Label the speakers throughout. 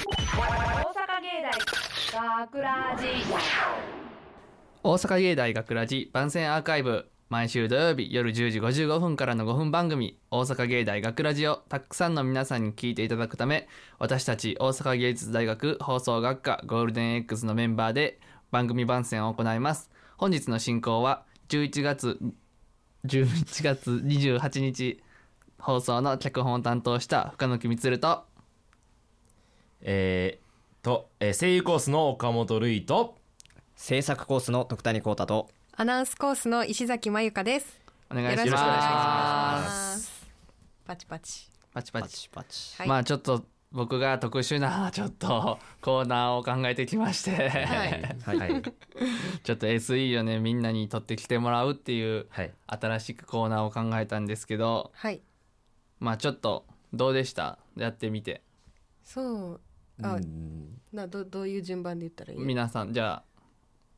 Speaker 1: 大阪芸大学ラジ
Speaker 2: 大阪芸大学ラジ番宣アーカイブ毎週土曜日夜10時55分からの5分番組「大阪芸大学ラジをたくさんの皆さんに聞いていただくため私たち大阪芸術大学放送学科ゴールデン X のメンバーで番組番宣を行います本日の進行は11月11月28日放送の脚本を担当した深野木充と
Speaker 3: えー、と、えー声優コースの岡本るいと
Speaker 4: 制作コースの徳谷幸太と
Speaker 5: アナウンスコースの石崎まゆかです。
Speaker 2: お願い
Speaker 5: よろ
Speaker 2: し
Speaker 5: しくお願いし
Speaker 2: ま
Speaker 5: ますす。パチパチ。
Speaker 2: パチパ
Speaker 4: パ
Speaker 2: チ
Speaker 4: チパチ
Speaker 5: はい
Speaker 2: まあちょっと僕が特殊な ちょっとコーナーを考えてきまして、
Speaker 5: はい
Speaker 3: はいはい、
Speaker 2: ちょっと SE をねみんなに取ってきてもらうっていう
Speaker 3: はい、
Speaker 2: 新しくコーナーを考えたんですけど
Speaker 5: はい。
Speaker 2: まあちょっとどうでしたやってみて
Speaker 5: そう。
Speaker 4: う
Speaker 5: あ、
Speaker 4: ん
Speaker 5: などどういう順番で言ったらいい？
Speaker 2: 皆さんじゃあ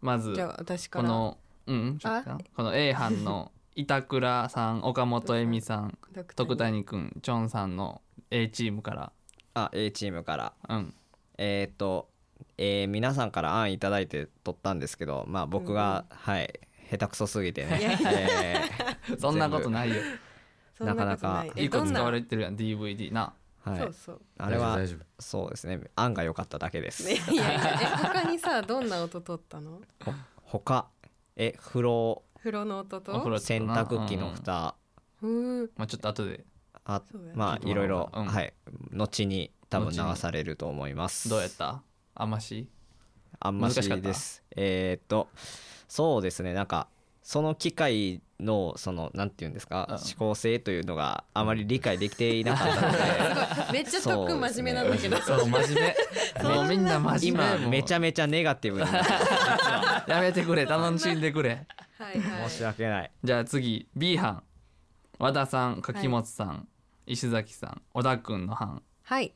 Speaker 2: まず
Speaker 5: じゃあ私か
Speaker 2: こ
Speaker 5: ら。
Speaker 2: のうん
Speaker 5: あ
Speaker 2: ちょっとなこの A 班 の板倉さん岡本恵美さん
Speaker 5: ドクターに
Speaker 2: 徳谷くんチョンさんの A チームから
Speaker 4: あ A チームから
Speaker 2: うん
Speaker 4: えっ、と、えー皆さんから案いただいて取ったんですけどまあ僕が、はい下手くそすぎてね、え
Speaker 2: そんなことないよ
Speaker 5: そんな
Speaker 4: な
Speaker 5: こ
Speaker 4: か
Speaker 5: と
Speaker 4: なか
Speaker 5: いえ
Speaker 2: い個
Speaker 5: どん
Speaker 2: 使
Speaker 5: な
Speaker 2: われてるやん DVD な
Speaker 4: ーは
Speaker 5: そ
Speaker 4: いう
Speaker 5: そう。
Speaker 4: あれは
Speaker 3: 大丈夫大丈
Speaker 4: そうですね案が良かっただけです、
Speaker 5: ねいやいやえ他にさどんな音取ったの？
Speaker 4: ほ他え風呂
Speaker 5: 風呂の音と。
Speaker 2: お風呂
Speaker 4: 洗濯機の
Speaker 2: うん
Speaker 4: 蓋、
Speaker 5: うー
Speaker 2: まあちょっと後で
Speaker 4: あ
Speaker 5: そうだね
Speaker 4: まあいろいろ、
Speaker 2: うん
Speaker 4: はい後に多分流
Speaker 2: 後に
Speaker 4: されると思います
Speaker 2: どうやったあんまし
Speaker 4: あんま
Speaker 2: 難しかっ
Speaker 4: したです。えーっとそうですねなんかその機械のそのなんて言うんですか、
Speaker 2: うん
Speaker 4: 指向性というのがあまり理解できていなかったので
Speaker 5: めっちゃ特訓真面目なんだけど。
Speaker 2: そう真 面目もうみんな真面
Speaker 4: 今
Speaker 2: 目もう
Speaker 4: めちゃめちゃネガティブになって
Speaker 2: やめてくれ楽しんでくれ
Speaker 5: はいはい。
Speaker 4: 申し訳ない。
Speaker 2: じゃあ次 B 班和田さん柿本さん、石崎さん小田くんの班
Speaker 5: はい。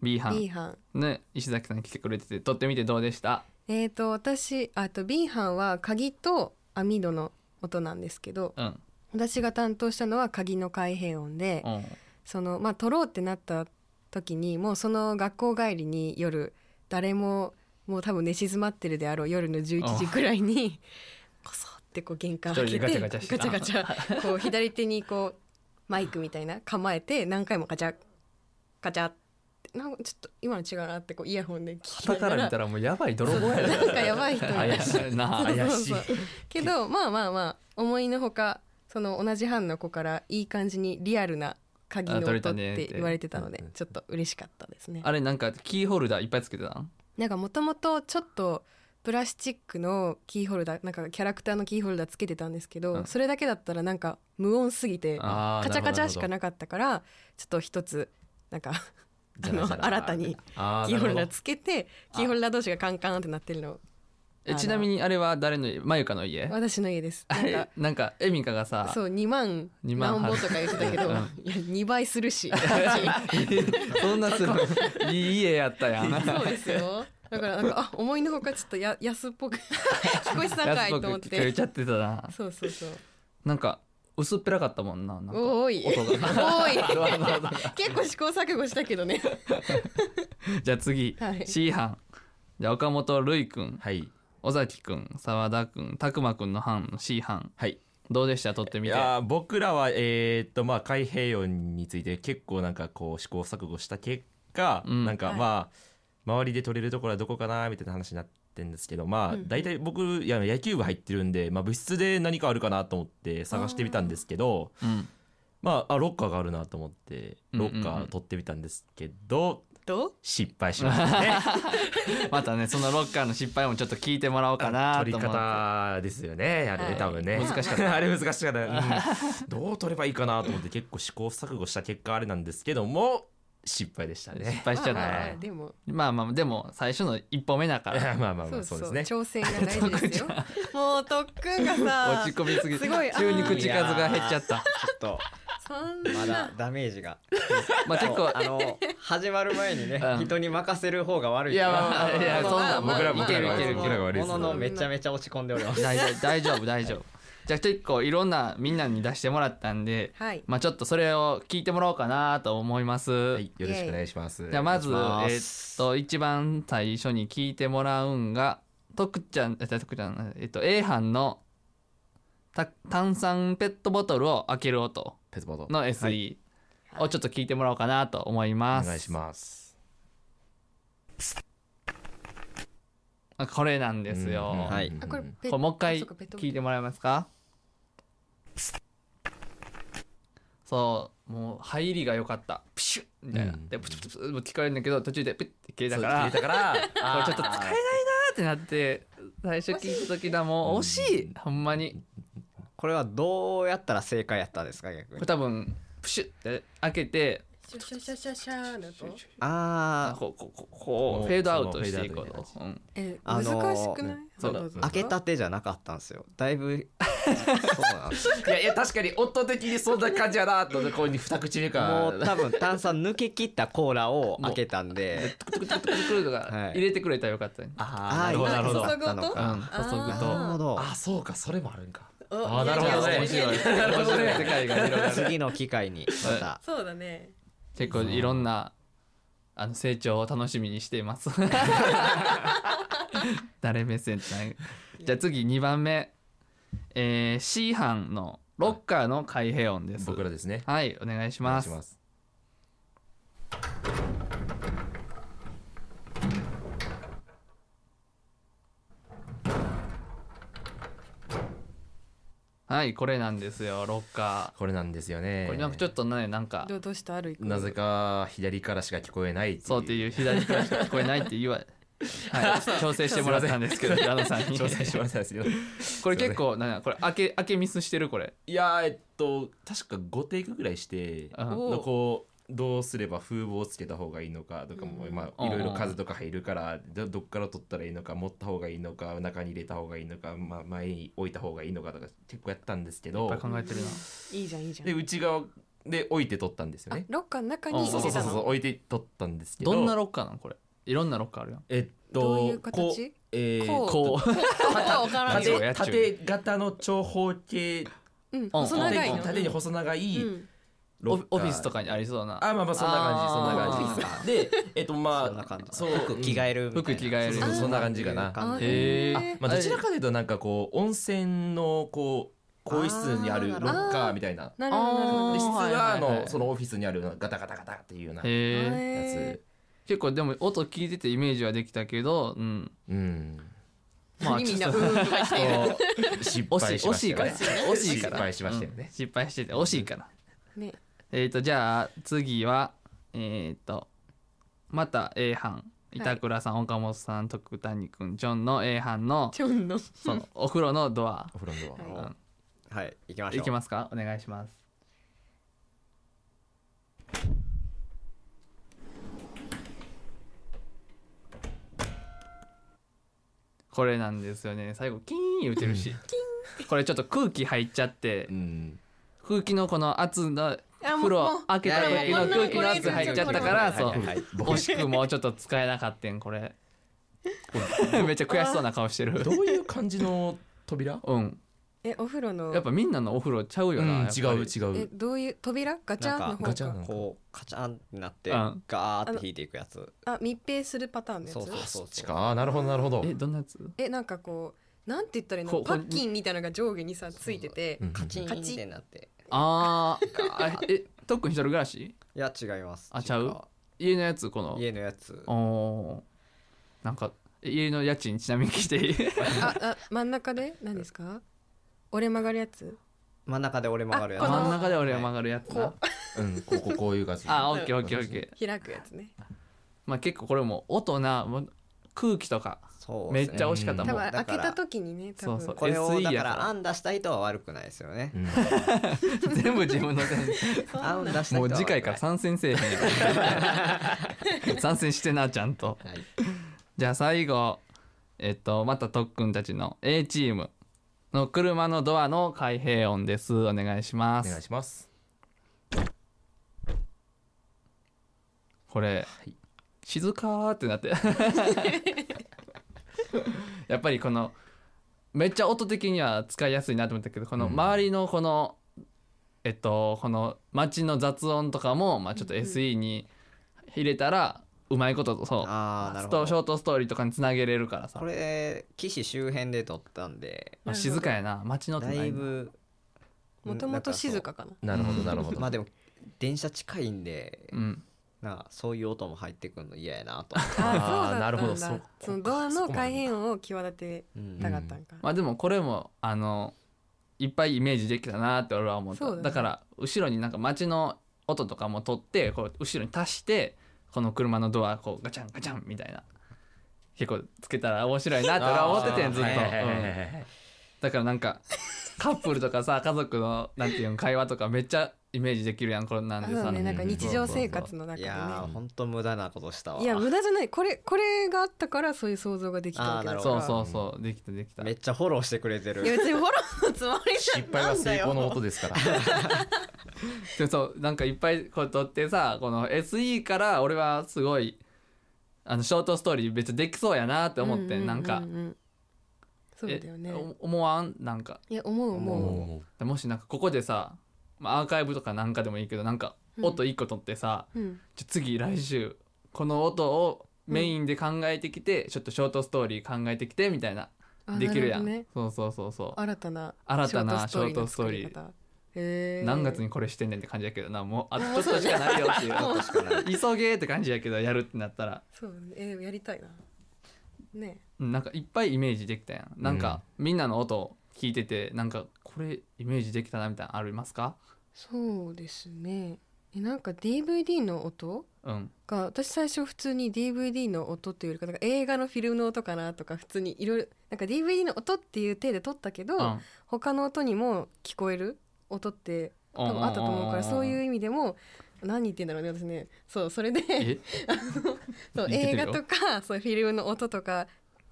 Speaker 2: B 班
Speaker 5: B 班。
Speaker 2: ね石崎さん来てくれてて撮ってみてどうでした
Speaker 5: えーと私あと B 班は鍵と網戸の音なんですけど
Speaker 2: うん
Speaker 5: 私が担当したのは鍵の開閉音で
Speaker 2: うん
Speaker 5: そのまあ取ろうってなった時にもうその学校帰りに夜誰ももう多分寝静まってるであろう夜の11時くらいにこそってこう玄関開けて
Speaker 2: 一人でガチャガチャしてた
Speaker 5: ガチャガチャこう左手にこうマイクみたいな構えて何回もガチャガチャってなんかちょっと今の違うなってこうイヤホンで聞きな
Speaker 2: 旗か
Speaker 5: が
Speaker 2: ら
Speaker 5: ら
Speaker 2: 見たらもうやばい泥棒や
Speaker 5: なんかやばい人みたい
Speaker 2: 怪しいな
Speaker 5: そう
Speaker 2: 怪
Speaker 5: そう
Speaker 2: しい
Speaker 5: そうけどまあまあまあ思いのほかその同じ班の子からいい感じにリアルな鍵の
Speaker 2: あ撮
Speaker 5: 音
Speaker 2: れ
Speaker 5: った
Speaker 2: ねって
Speaker 5: て言われてたので
Speaker 3: うんうん
Speaker 5: ちょっと嬉しかったですね。
Speaker 2: あれなんかキーホルダーいっぱいつけてたん
Speaker 5: なんかもともとちょっとプラスチックのキーホルダーなんかキャラクターのキーホルダーつけてたんですけど、
Speaker 2: うん
Speaker 5: それだけだったらなんか無音すぎて
Speaker 2: あ
Speaker 5: カ
Speaker 3: ー
Speaker 5: チャ
Speaker 3: なるほどなる
Speaker 5: カチ
Speaker 3: ほ
Speaker 5: ャ
Speaker 3: ど
Speaker 5: しかなかったからちょっと一つなんかあ
Speaker 3: じゃら
Speaker 5: の
Speaker 3: じゃら
Speaker 5: 新たに
Speaker 3: あー
Speaker 5: キーホル
Speaker 3: な
Speaker 5: ダ
Speaker 3: る
Speaker 5: ーつけてキーホルダー同士がカンカンってなってるの
Speaker 2: えちなみにあれは誰の家まゆかの家
Speaker 5: 私の家です。なんか
Speaker 2: なんかエミカがさ
Speaker 5: そう2万
Speaker 2: 2万
Speaker 5: 何本とか言ってたけど、
Speaker 2: うん
Speaker 5: いや2倍す るし
Speaker 2: そんなする いい家やったやん
Speaker 5: そうですよだからなんかあ思いのほかちょっとや安っ ぽく聞こえてたんか
Speaker 2: 安
Speaker 5: いと
Speaker 2: っぽく
Speaker 5: 思っ
Speaker 2: 聞こえ
Speaker 5: て
Speaker 2: ちゃってたな
Speaker 5: そうそ うそう
Speaker 2: なんか薄っぺらかったもんななんか
Speaker 5: おーい
Speaker 2: 音が
Speaker 5: お い結構試行錯誤したけどね
Speaker 2: じゃあ次、
Speaker 5: はい
Speaker 2: C 班じゃあ岡本るいくん
Speaker 3: ほどはい
Speaker 2: 尾崎くん澤田くん拓磨くんの班の C 班
Speaker 3: はい
Speaker 2: どうでした撮って
Speaker 3: い
Speaker 2: みて
Speaker 3: やー僕らはえーっとまあ開閉音について結構なんかこう試行錯誤した結果、
Speaker 2: うん
Speaker 3: なんか
Speaker 5: はい
Speaker 3: まあ、周りで取れるところはどこかなみたいな話になってんですけどまあ、
Speaker 5: うんうん
Speaker 3: 大体僕いや野球部入ってるんで、まあ、部室で何かあるかなと思って探してみたんですけど
Speaker 2: うん
Speaker 3: まああロッカーがあるなと思ってロッカー取ってみたんですけど、
Speaker 5: どう
Speaker 3: 失敗しましたね
Speaker 2: またねそのロッカーの失敗もちょっと聞いてもらおうかな
Speaker 3: 取
Speaker 2: と
Speaker 3: り
Speaker 2: 思って
Speaker 3: 方ですよねあれ、
Speaker 5: はい
Speaker 3: 多分ね
Speaker 2: 難
Speaker 5: し
Speaker 2: か
Speaker 3: った あれ難しかった、うんどう取ればいいかなと思って結構試行錯誤した結果あれなんですけども失敗でした
Speaker 2: 失
Speaker 3: ね
Speaker 2: 敗しちゃった、
Speaker 5: まあまあ
Speaker 3: は
Speaker 5: まあ
Speaker 3: い
Speaker 5: でも
Speaker 2: まあまあでも最初の一歩目だから
Speaker 3: まあまあま
Speaker 5: そ
Speaker 3: あ
Speaker 5: う
Speaker 3: そ
Speaker 5: そうう
Speaker 3: ですね
Speaker 5: 挑戦が大事ですよもう特訓がさ
Speaker 2: 落ち込みすぎて
Speaker 5: すごい
Speaker 2: 急に口数が減っちゃった
Speaker 4: ちょっと
Speaker 5: そん
Speaker 4: ま
Speaker 5: な
Speaker 4: だダメージが
Speaker 2: まあ結構
Speaker 4: あの始まる前にね、
Speaker 2: うん
Speaker 4: 人に任せる方が悪い
Speaker 2: いやまあまあいやそん
Speaker 5: ま
Speaker 2: な
Speaker 5: あ
Speaker 2: んもう
Speaker 5: まあ
Speaker 3: 僕ら僕
Speaker 2: いけ
Speaker 3: ら
Speaker 2: るい
Speaker 3: が
Speaker 2: けるいけ
Speaker 3: 僕ら
Speaker 2: る
Speaker 3: が悪いで
Speaker 4: も
Speaker 3: す
Speaker 4: ののめちゃめちゃ落ち込んでおります
Speaker 2: 大丈夫大丈夫大丈夫じゃあ結構いろんなみんなに出してもらったんで、
Speaker 5: はい
Speaker 2: まあ、ちょっとそれを聞いてもらおうかなと思います、
Speaker 3: はい、よろしくお願いします。
Speaker 2: じゃあまずえ
Speaker 4: お願いしま
Speaker 2: ーっ
Speaker 4: す
Speaker 2: と一番最初に聞いてもらうんが徳ちゃんえ徳ちゃんえっと A 班のた炭酸ペットボトルを開ける音
Speaker 3: ペットボトル
Speaker 2: の SE をちょっと聞いてもらおうかなと思いま
Speaker 3: お
Speaker 2: す。
Speaker 3: 願いします。
Speaker 2: あこれなんですよ。
Speaker 3: うん
Speaker 4: はい
Speaker 5: あこれペ
Speaker 2: これもう一
Speaker 5: あ
Speaker 2: 回
Speaker 5: そうかペットボト
Speaker 2: 聞
Speaker 5: ル
Speaker 2: いてもらえますかそうもう入りが良かったプシュッみたいな、
Speaker 3: うん
Speaker 2: でプツプツプツ聞こえるんだけど途中でプッて切れたから
Speaker 3: そう聞いたから、
Speaker 2: これ
Speaker 3: あ
Speaker 2: ち
Speaker 3: ー
Speaker 2: ょっと使えないなーってなって最初聞いた時だもう惜しいほんまに
Speaker 4: これはどうやったら正解やったんですか逆
Speaker 2: こ
Speaker 4: に
Speaker 2: れ多分プシュって開けて
Speaker 5: シュシャシャシャシャーのと
Speaker 2: あ
Speaker 4: あ
Speaker 2: こうこうこうこ
Speaker 3: も
Speaker 2: う
Speaker 3: う
Speaker 2: フェードアウトしていこ
Speaker 3: そうのフェードア
Speaker 2: と、うん、
Speaker 3: ウトみたいな感
Speaker 4: あ
Speaker 5: え難
Speaker 4: のー
Speaker 5: しくない
Speaker 2: そうだ
Speaker 5: どぞ
Speaker 4: あ開けたてじゃなかったんですよだいぶそうなんです
Speaker 3: いやいや確かに夫的にそんな感じやなとこういう二口目か
Speaker 4: もう多分炭酸抜け切ったコーラを開けたんで
Speaker 2: トゥクトゥクトゥクトゥクとか
Speaker 4: はい
Speaker 2: 入れてくれたらよかったね、
Speaker 3: あーなるほど
Speaker 4: あ
Speaker 3: なる
Speaker 4: ー
Speaker 3: ほど
Speaker 5: 今注ぐ
Speaker 4: なるほど
Speaker 5: 音
Speaker 2: うん、注ぐと
Speaker 4: なるほど
Speaker 3: あそうかそれもあるんか
Speaker 5: お
Speaker 3: あーなるほどね
Speaker 2: 面白い
Speaker 3: なるほどね
Speaker 2: 面白い世界が広がる
Speaker 4: 次の機会にまた
Speaker 5: そうだね
Speaker 2: 結構いろんなあの成長を楽しみにしています 誰目線ってないじゃあ次2番目、えー、C 班のロッカーの開閉音です
Speaker 3: 僕らですね
Speaker 2: はいお願いし
Speaker 3: お願
Speaker 2: ま
Speaker 3: いし
Speaker 2: す
Speaker 3: ます
Speaker 2: はいこれなんですよロッカ
Speaker 3: これなんですよね
Speaker 2: ーこれなんかちょっとねなんか
Speaker 5: どうどうしたある
Speaker 3: なぜか左からしか聞こえない
Speaker 2: そうって
Speaker 3: う
Speaker 2: いう左からしか聞こえないって言わはい、調整してもらったんですけど矢野さんに
Speaker 3: 挑戦してもらったん ですけど
Speaker 2: これ結構なんやこれ開け開けミスしてるこれ
Speaker 3: いやーえっと確か5テイクぐらいして
Speaker 2: うん
Speaker 3: のこうどうすれば風貌をつけた方がいいのかとかも、
Speaker 5: うん
Speaker 3: まあ、いろいろ数とか入るからどどっから取ったらいいのか持った方がいいのか中に入れた方がいいのか、まあ、前に置いた方がいいのかとか結構やったんですけ
Speaker 2: い
Speaker 3: ど
Speaker 2: っぱい考えてるない
Speaker 5: いじゃんいいじゃ
Speaker 3: で
Speaker 5: ん
Speaker 3: 内側で置いて取ったんですよ
Speaker 5: あ
Speaker 3: ね
Speaker 5: ロッカーの中に
Speaker 3: そう
Speaker 5: 入
Speaker 3: そうそ
Speaker 5: れた
Speaker 3: うそう
Speaker 5: の
Speaker 3: 置いて取ったんですけど
Speaker 2: どんなロッカーなのこれいろんなロッカーあるやん
Speaker 3: えっと
Speaker 5: どういう形
Speaker 3: こうえー、
Speaker 5: こう
Speaker 2: こう
Speaker 5: わからんよ
Speaker 2: や
Speaker 3: 縦
Speaker 2: っちゅう
Speaker 3: 縦型の長方形
Speaker 5: うん細長い
Speaker 3: 縦
Speaker 5: の
Speaker 3: に縦に細長い
Speaker 5: うん
Speaker 3: ロ
Speaker 2: オ
Speaker 3: ッ
Speaker 2: フ
Speaker 3: カ
Speaker 2: オ
Speaker 3: ー
Speaker 2: フィスとかにありそうな
Speaker 3: あまあまあそんな
Speaker 2: あー
Speaker 3: 感じそんな感じですで えっと
Speaker 4: そんな
Speaker 3: ま
Speaker 4: 感じ
Speaker 3: あそう
Speaker 4: 服着替えるみたい
Speaker 2: 服
Speaker 4: な
Speaker 2: 着替える
Speaker 3: そうそうそんな感じかな
Speaker 4: 感じ
Speaker 2: へー
Speaker 5: あ
Speaker 3: まあどちらかというとなんかこう温泉のこう更衣室にあるロッカーみたいな
Speaker 5: なるほどな
Speaker 2: あ
Speaker 5: るほ
Speaker 2: ー
Speaker 5: ど
Speaker 3: で質
Speaker 2: はい
Speaker 3: は
Speaker 2: は
Speaker 3: あ
Speaker 2: いはい
Speaker 3: のそのオフィスにあるガタガタガタっていうようなや
Speaker 2: へえ
Speaker 5: へ
Speaker 3: つ
Speaker 5: ー
Speaker 2: 結構でも音聞いててイメージはできたけどうん
Speaker 3: うん
Speaker 2: まあ
Speaker 5: みんな
Speaker 2: ち
Speaker 5: う
Speaker 2: ょっと
Speaker 5: ーんとかしてる
Speaker 3: 失敗しましたよね
Speaker 2: 惜しいから惜しいから
Speaker 3: 失敗しましたよね
Speaker 2: うん失敗してて惜しいから
Speaker 5: ね
Speaker 2: えっとじゃあ次はえっとまた A 班板倉さん岡本さん徳谷くんジョンの A 班 の
Speaker 5: ちょんの
Speaker 2: そのお風呂のドア
Speaker 3: お風呂のドア
Speaker 2: うん
Speaker 4: はい行きましょ
Speaker 2: いうきますかお願いしますこれなんですよね最後キーン言うてるしこれちょっと空気入っちゃって
Speaker 3: うん
Speaker 2: 空気のこの圧の
Speaker 5: あ
Speaker 2: 風
Speaker 5: もうも
Speaker 2: 呂
Speaker 5: う
Speaker 2: 開けた時の空気の圧入っちゃったから
Speaker 4: はい
Speaker 2: そう
Speaker 4: はいはい
Speaker 2: 惜しくもちょっと使えなかったんこれ めっちゃ悔しそうな顔してる
Speaker 3: どういう感じの扉
Speaker 2: うん
Speaker 5: えお風呂の
Speaker 2: やっぱみんなのお風呂ちゃうよ
Speaker 3: う
Speaker 2: なやっ
Speaker 3: ん
Speaker 2: ぱり
Speaker 3: 違う違
Speaker 5: え
Speaker 3: う
Speaker 5: どういう扉ガチャンの
Speaker 4: なん
Speaker 5: 方
Speaker 4: か
Speaker 5: か
Speaker 3: ガチャン
Speaker 4: こうカチャンってなって
Speaker 2: う
Speaker 4: ガ
Speaker 2: ん
Speaker 4: ーって引いていくやつ
Speaker 5: あ密閉するパターンのやつ
Speaker 4: そうそう
Speaker 3: そっちかあーなるほどなるほど
Speaker 2: えどんなやつ
Speaker 5: えなんかこうなんて言ったらいい
Speaker 2: こ
Speaker 5: の
Speaker 2: う
Speaker 5: パッキンみたいなのが上下にさついてて
Speaker 3: うん
Speaker 4: カチンっ
Speaker 5: カチン
Speaker 4: てなって
Speaker 2: あーあえ特に一人暮らし
Speaker 4: いや違います
Speaker 2: あちゃう家のやつこの
Speaker 4: 家のやつ
Speaker 2: おおーなんかえ家の家賃ちなみに来て いい
Speaker 5: ああ真ん中で何ですか折れ曲がるやつ
Speaker 4: 真ん中で折れ曲がるや
Speaker 5: あこ
Speaker 2: 真ん
Speaker 4: つ
Speaker 2: 中で俺は曲がるやつな、
Speaker 3: うんこここういう感じ
Speaker 2: あオッケーオッケーオッケー
Speaker 5: 開くやつね
Speaker 2: まあ結構これも音なもう空気とか
Speaker 4: そう
Speaker 2: め
Speaker 4: で
Speaker 2: っ
Speaker 4: すね
Speaker 2: ちゃ惜しかった
Speaker 5: 多
Speaker 2: も
Speaker 5: 分
Speaker 2: ん
Speaker 4: だか
Speaker 5: 開
Speaker 4: ら
Speaker 5: けた時にね多分
Speaker 2: そうそう
Speaker 4: これ
Speaker 2: SE
Speaker 4: をだ
Speaker 2: や
Speaker 4: か
Speaker 2: から
Speaker 4: ら案出した人は悪くないですよね
Speaker 3: うん
Speaker 2: 全部自分のせい
Speaker 4: 案出した人は
Speaker 2: もう
Speaker 4: 悪くない
Speaker 2: 次回から参戦せえへんや 参戦してなちゃんと、
Speaker 4: はい
Speaker 2: じゃあ最後えっとまた特訓たちの A チームの車のドアの開閉音ですお願いしま
Speaker 3: お
Speaker 2: す
Speaker 3: 願いします
Speaker 2: これ、 静かーってなってやっぱりこのめっちゃ音的には使いやすいなと思ったけどこの周りのこの、えっとこの街の雑音とかも、まあ、ちょっと SE に入れたらうまいこととそう
Speaker 4: ああなる
Speaker 2: ス
Speaker 4: ほ
Speaker 2: ト
Speaker 4: ど
Speaker 2: ショートストーリーとかにつなげれるからさ
Speaker 4: これ岸周辺で撮ったんで
Speaker 2: まあ静かやな街の音
Speaker 4: だ
Speaker 2: ないい
Speaker 4: ぶ
Speaker 5: もともと静かか
Speaker 3: な
Speaker 5: な
Speaker 3: るほどなるほど、
Speaker 4: まあでも電車近いんで
Speaker 2: うん
Speaker 4: なんかそういう音も入ってくるの嫌や なと、
Speaker 5: ああ
Speaker 3: なる
Speaker 5: そう
Speaker 3: ほ
Speaker 5: だ
Speaker 3: ど
Speaker 5: ったんだ
Speaker 3: そ
Speaker 5: そのドアの改変を際立て
Speaker 4: うん
Speaker 5: たかったんか、
Speaker 2: まあでもこれもあのいっぱいイメージできたなって俺は思った
Speaker 5: そう
Speaker 2: だ,、
Speaker 5: だね
Speaker 2: から後ろになんか街の音とかも取ってこう後ろに足してこの車のドアこうガチャンガチャンみたいな結構つけたら面白いなって俺は思っててんずっと、
Speaker 3: はいはいはい
Speaker 2: うん
Speaker 3: はいはい
Speaker 2: だからなんかカップルとかさ家族のなんていうの会話とかめっちゃイメージできるやんこんなん
Speaker 5: あ
Speaker 2: で
Speaker 5: そ
Speaker 2: さ、
Speaker 5: うねなんか日常生活の中
Speaker 4: い
Speaker 5: でね
Speaker 4: やーほんと無駄なことしたわ
Speaker 5: いや無駄じゃないこれこれがあったからそういう想像ができたわけだから
Speaker 2: そうそうそうできたできた
Speaker 4: めっちゃフォローしてくれて
Speaker 5: いや
Speaker 4: る
Speaker 5: 別にフォローのつもりじゃ
Speaker 3: 失敗は成功の音
Speaker 5: で
Speaker 3: ですから
Speaker 2: でもそうなんかいっぱいこう撮ってさこの SE から俺はすごいあのショートストーリー別にできそうやなって思って、なんか、
Speaker 5: そうだよね
Speaker 2: えお思わんなんか
Speaker 5: いや思う思う
Speaker 3: も
Speaker 2: もしなんかここでさ、まあ、アーカイブとかなんかでもいいけどなんか
Speaker 5: うん
Speaker 2: 音1個取ってさ、
Speaker 5: うん
Speaker 2: じゃ次来週この音をメインで考えてきて、ちょっとショートストーリー考えてきてみたいな
Speaker 5: あ
Speaker 2: できるやん
Speaker 5: なほどね
Speaker 2: そうそうそうそう
Speaker 5: 新たな
Speaker 2: 新たな
Speaker 5: ショートストーリーの作り方へー
Speaker 2: 何月にこれしてんねんって感じやけどなもうあとちょっとしかないよ っていう急げーって感じやけどやるってなったら
Speaker 5: そうだねえーでもやりたいなね
Speaker 2: うんなんかいっぱいイメージできたやんなんか、みんなの音を聞いててなんかこれイメージできたなみたいなのありますか
Speaker 5: そうですねえなんか DVD の音
Speaker 2: うん
Speaker 5: が私最初普通に DVD の音っていうよりかなんか映画のフィルムの音かなとか普通にいろいろなんか DVD の音っていう手で撮ったけど、
Speaker 2: うん
Speaker 5: 他の音にも聞こえる音って多分あったと思うからそういう
Speaker 2: う
Speaker 5: 意味でも何言ってんだろうね私ねそうそれで
Speaker 2: え
Speaker 5: そ
Speaker 2: 言っ
Speaker 5: う
Speaker 2: て
Speaker 5: 映
Speaker 2: るよ
Speaker 5: 画とかそうフィルムの音とかっ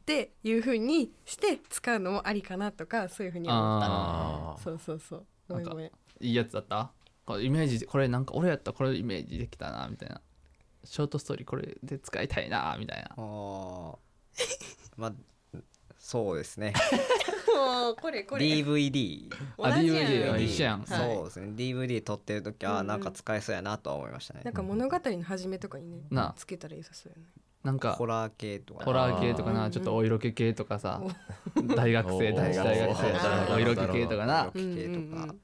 Speaker 5: ていう風にして使うのもありかなとかそういう風に思った
Speaker 2: あ
Speaker 5: そうそうそうごめんごめん
Speaker 2: ーいいやつだったこれイメージでこれなんか俺やったらこれイメージできたなみたいなショートストーリーこれで使いたいなみたいな
Speaker 4: あーまあそうですね
Speaker 5: もうこれ これ
Speaker 4: DVD
Speaker 2: あ
Speaker 5: 同じやん
Speaker 2: DVD は一緒やん
Speaker 5: はい
Speaker 4: そうですね DVD 撮ってる時
Speaker 5: うん
Speaker 4: は
Speaker 5: うん
Speaker 4: なんか使えそうやなとは思いましたね
Speaker 5: なんか物語の始めとかにね
Speaker 2: なあ
Speaker 5: つけたら良さそうよね
Speaker 2: なんか
Speaker 4: ホラー系とか
Speaker 2: ホラー系とか
Speaker 5: あ
Speaker 2: な
Speaker 5: ー
Speaker 2: ちょっとお色気系とかさ大学生
Speaker 3: おー
Speaker 2: 男子大学生
Speaker 5: なるほど
Speaker 2: お色気系とかな
Speaker 4: 色気系とか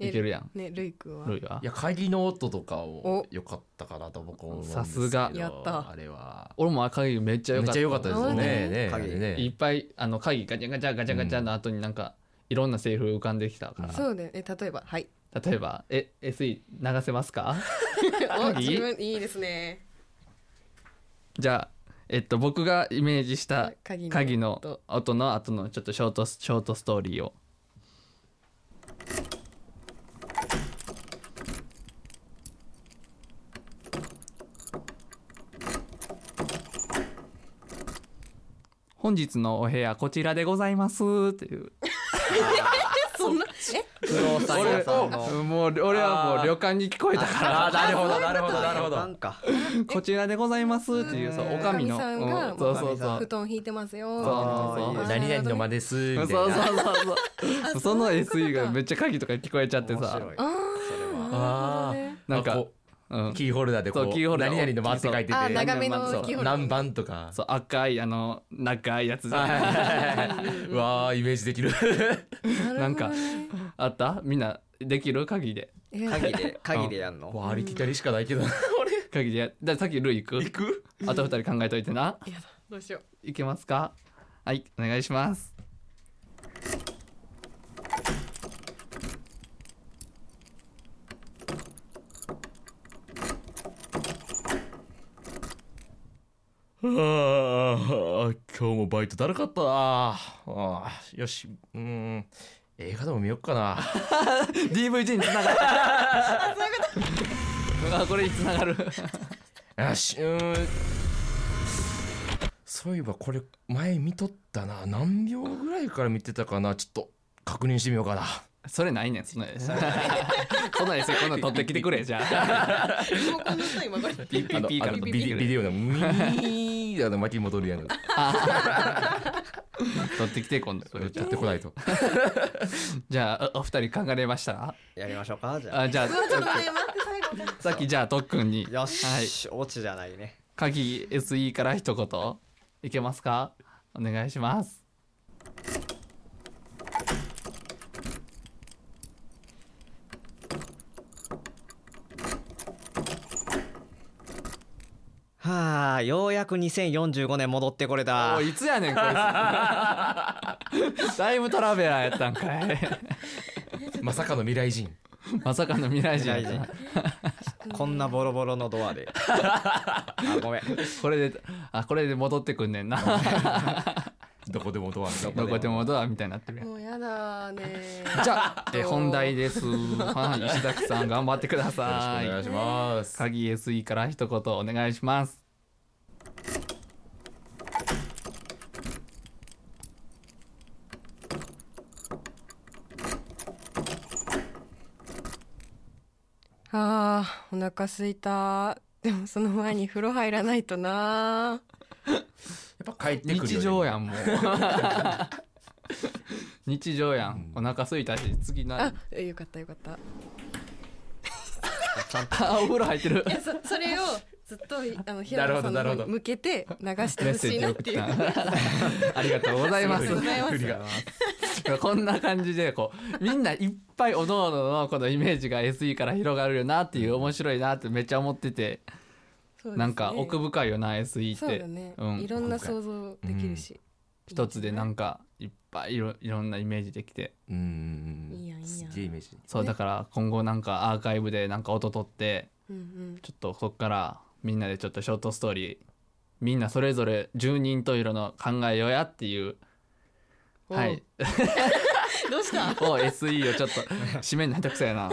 Speaker 2: いけるやん
Speaker 5: ねルイ君は
Speaker 2: ルイはい
Speaker 3: や鍵の音とか
Speaker 5: お
Speaker 3: を良かったかなと僕思うんですけど
Speaker 2: さすが
Speaker 5: やった
Speaker 3: あれは
Speaker 2: 俺も赤いめっちゃ良
Speaker 3: めっ
Speaker 2: かっ
Speaker 3: ち
Speaker 2: た
Speaker 3: ゃ良かったですよねね
Speaker 4: 鍵
Speaker 3: ね
Speaker 2: いっぱいあの鍵ガチャガチャガチャガチャの後になんか、いろんなセリフ浮かんできたから、
Speaker 5: そうだよね例えば はい
Speaker 2: 例えば「え SE 流せますか?
Speaker 5: お自分いいですね」
Speaker 2: じゃあ、えっと、僕がイメージした
Speaker 5: 鍵の音
Speaker 2: 鍵の音の後のちょっとショートショートストーリーを本日のお部屋こちらでございますっていう
Speaker 5: そんなえ
Speaker 4: 不動産屋 さんの
Speaker 2: もう俺はもう旅館に聞こえたから
Speaker 3: あーなるほどなるほどなるほ
Speaker 4: な
Speaker 3: ど
Speaker 4: んか
Speaker 2: こちらでございますっていうそうおかみの
Speaker 5: さんが、
Speaker 2: うんそうそう
Speaker 5: ま
Speaker 2: そ
Speaker 5: あ布
Speaker 2: う
Speaker 5: 団引いてますよ
Speaker 2: そう
Speaker 4: そう
Speaker 5: あー
Speaker 3: 何々の真似です
Speaker 2: そう
Speaker 3: みた
Speaker 2: そ
Speaker 3: いうな
Speaker 2: そうそう そうその SE がめっちゃ鍵とか聞こえちゃって
Speaker 4: 面
Speaker 2: さ
Speaker 4: 白い
Speaker 5: あ
Speaker 4: それ
Speaker 5: ー
Speaker 4: は
Speaker 3: あ
Speaker 5: なるほどね
Speaker 3: ー
Speaker 2: なんか
Speaker 3: こ
Speaker 2: う
Speaker 3: うん キーホルダーでこ
Speaker 2: そうキーホ
Speaker 3: う
Speaker 2: ルダー
Speaker 3: 何々の間って書いて
Speaker 5: あー
Speaker 3: て
Speaker 5: 長めのキーホルダー
Speaker 3: 何番とか
Speaker 2: そう赤いあの長いやつじゃ
Speaker 3: はい
Speaker 2: ん
Speaker 3: はいはいはいうわーイメージできる
Speaker 2: なんか
Speaker 5: なるほどね
Speaker 2: あったみんなできる鍵で
Speaker 5: いや
Speaker 4: 鍵 で鍵でやんの
Speaker 3: わありきたりしかないけど
Speaker 2: 鍵でやださっきルイ行く
Speaker 3: 行く
Speaker 2: あと二人考えといてな
Speaker 5: やだどう しよ
Speaker 2: いけますかはいお願いします
Speaker 3: あー今日もバイトだるかったなあーよしうーん映画でも見よっかな
Speaker 2: DVD につ ながる あこれにつながる
Speaker 3: よしうーんそういえばこれ前見とったな何秒ぐらいから見てたかなちょっと確認してみようかな
Speaker 2: それないねんそのその SE こんなん取ってきてくれじゃあ
Speaker 5: うリモコンの人今これ
Speaker 2: ピッピッピーから
Speaker 3: あの
Speaker 2: 取
Speaker 3: ビ
Speaker 2: ってきてく
Speaker 3: デ
Speaker 2: れ
Speaker 3: ビデオのミーだの巻き戻るやん
Speaker 2: あ取ってきて今度それじゃ
Speaker 3: やってこないと。
Speaker 2: じゃあおお二人考えました
Speaker 4: やりましょうかじゃあ
Speaker 2: あじゃあ
Speaker 6: ちょっと待って最後
Speaker 2: さっきじゃあとっくんに
Speaker 4: よし、
Speaker 2: はい
Speaker 4: 落ちじゃないね
Speaker 2: 鍵 SE から一言いけますかお願いします
Speaker 4: はあようやく2045年戻ってこれた
Speaker 2: おいいつやねんこいつタイムトラベラーやったんかい
Speaker 3: まさかの未来人。
Speaker 2: まさかの未来人やった
Speaker 4: 未来こんなボロボロのド アであごめん
Speaker 2: これであこれで戻ってくんねんな
Speaker 3: どこでもドア
Speaker 2: どこでもドアみたいになってるやん
Speaker 5: もうやだね
Speaker 2: じゃあ、 えー本題です。はい、石崎さん頑張ってくださ
Speaker 3: よろ
Speaker 2: い。
Speaker 3: しくお願いします。
Speaker 2: 鍵 SE から一言お願いします。
Speaker 5: あーお腹すいたでもその前に風呂入らないとな
Speaker 3: やっぱ帰ってくるよね。
Speaker 2: 日常やんもう。 日常やん。お腹空いたし、次な
Speaker 5: あ。よかったよかった
Speaker 4: ちゃんと
Speaker 2: あ、お風呂入ってる。
Speaker 5: いやそそれをずっとあの平野さん
Speaker 3: な
Speaker 5: の
Speaker 3: る
Speaker 5: 方
Speaker 3: ほど
Speaker 5: に向けて流して
Speaker 2: メッ
Speaker 5: ほ
Speaker 2: セー
Speaker 5: しい
Speaker 2: ジ
Speaker 5: なっ
Speaker 2: 送
Speaker 5: て
Speaker 2: っ
Speaker 5: いう
Speaker 2: た。ありがとうございます。
Speaker 5: ありがとうございます
Speaker 2: ありがとうござい ますこんな感じでこうみんないっぱいおのおののこのイメージが SE から広がるよなっていう面白いなってめっちゃ思ってて、
Speaker 5: そうですね
Speaker 2: なんか奥深いよな SE って。
Speaker 5: そうだね、
Speaker 2: うん
Speaker 5: いろんな想像できるし、
Speaker 2: 一つでなんんかいっぱいいろいろんなイメージできて
Speaker 3: うんうんうん。
Speaker 5: いいやんいいやん
Speaker 3: すっげえイメージ。
Speaker 2: そうだから今後なんかアーカイブでなんか音取って
Speaker 5: うんうん
Speaker 2: ちょっとそっからみんなでちょっとショートストーリーみんなそれぞれ10人と色の考えようやっていうはい
Speaker 5: どう した
Speaker 2: を SE をちょっと締めになったくせや な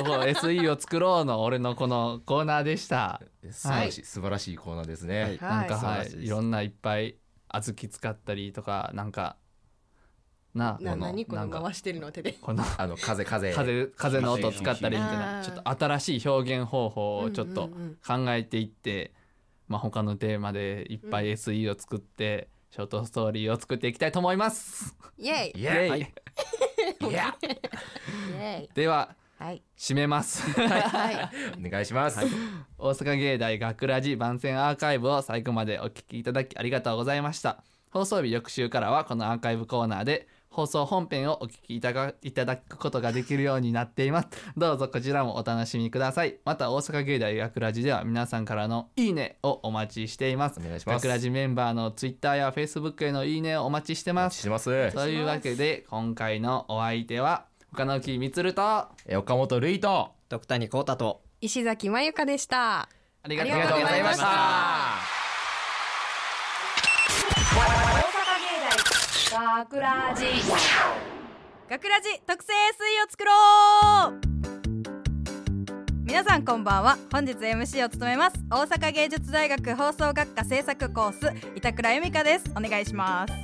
Speaker 2: お SE を作ろうの俺のこのコーナーでした
Speaker 3: 素晴らしい、素晴らしいコーナーですね。
Speaker 4: はい
Speaker 2: なんか
Speaker 4: 素晴
Speaker 2: は
Speaker 4: らしいです
Speaker 2: いいろんないっぱい小豆使ったりとかなんかな
Speaker 5: な何こ
Speaker 2: な
Speaker 5: の
Speaker 2: んか
Speaker 5: 回してるの手で
Speaker 2: この
Speaker 3: あの風風。
Speaker 2: 風風の音を使ったりみたいな
Speaker 5: あ
Speaker 2: ちょ
Speaker 5: ー
Speaker 2: っと新しい表現方法をちょっと
Speaker 5: うんうんうん
Speaker 2: 考えていって、まあ、他のテーマでいっぱい SE を作って、ショートストーリーを作っていきたいと思います、
Speaker 5: イエイ
Speaker 3: い
Speaker 2: イ
Speaker 3: や
Speaker 2: エイ
Speaker 3: いや。
Speaker 5: エイ
Speaker 2: では
Speaker 5: はい
Speaker 2: 締めます
Speaker 5: はい
Speaker 3: お願いします。
Speaker 2: 大阪芸大学ラジ番宣アーカイブを最後までお聞きいただきありがとうございました放送日翌週からはこのアーカイブコーナーで放送本編をお聞きいたがいただくことができるようになっていますどうぞこちらもお楽しみくださいまた大阪芸大学ラジでは皆さんからのいいねをお待ちしています
Speaker 3: お願いします
Speaker 2: 学ラジメンバーのツイッターやフェイスブックへのいいねをお待ちしてま
Speaker 3: し
Speaker 2: す
Speaker 3: てます。
Speaker 2: というわけで今回のお相手は岡野木充とあ
Speaker 3: え岡本瑠衣と。
Speaker 4: 徳谷幸太と
Speaker 5: 石崎まゆかでした
Speaker 2: り
Speaker 5: がとうございました
Speaker 1: 大阪芸大学ラジ
Speaker 6: 学ラジ特製 SE を作ろう皆さんこんばんは本日 MC を務めます大阪芸術大学放送学科制作コース板倉由美香ですお願いします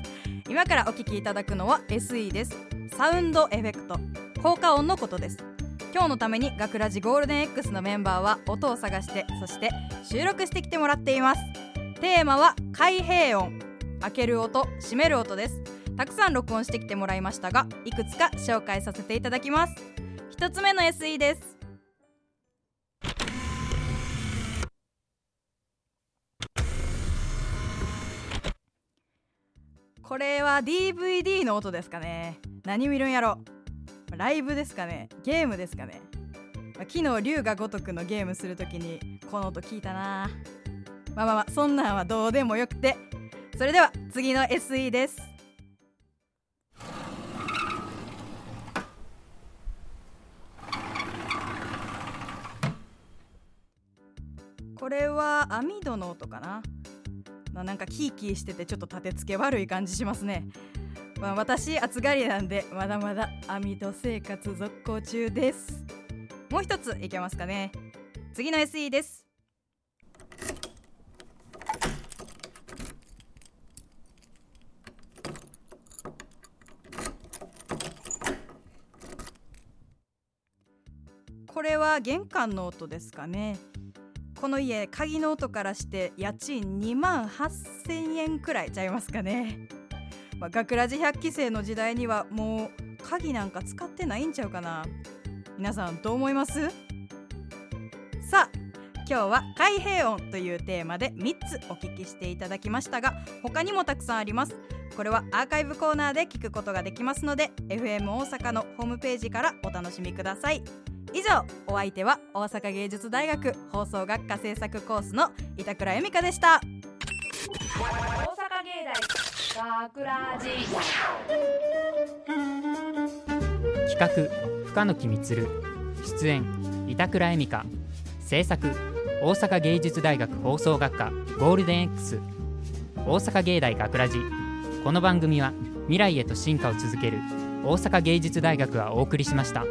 Speaker 6: 今からお聞きいただくのは SE ですサウンドエフェクト効果音のことです今日のために学ラジゴールデン X のメンバーは音を探してそして収録してきてもらっていますテーマは開閉音開ける音閉める音ですたくさん録音してきてもらいましたがいくつか紹介させていただきます一つ目の SE ですこれは DVD の音ですかね何見るんやろライブですかねゲームですかねまあ昨日龍が如くのゲームするときにこの音聞いたなまあまあまあそんなんはどうでもよくてそれでは次の SE ですこれは網戸の音かな、まあ、なんかキーキーしててちょっと立て付け悪い感じしますね、まあ、私暑がりなんでまだまだ網戸生活続行中ですもう一ついけますかね次の SE ですこれは玄関の音ですかねこの家鍵の音からして家賃2万8,000円くらいちゃいますかねまあ、学ラジ100期生の時代にはもう鍵なんか使ってないんちゃうかな皆さんどう思いますさあ今日は開閉音というテーマで3つお聞きしていただきましたが他にもたくさんありますこれはアーカイブコーナーで聞くことができますので FM 大阪のホームページからお楽しみください以上お相手は大阪芸術大学放送学科制作コースの板倉恵美香でし
Speaker 1: 大
Speaker 6: た
Speaker 1: 阪芸大学ラジ
Speaker 7: 企画深野木充出演板倉恵美香制作大阪芸術大学放送学科ゴールデン X 大阪芸大学ラジこの番組は未来へと進化を続ける大阪芸術大学がお送りしました。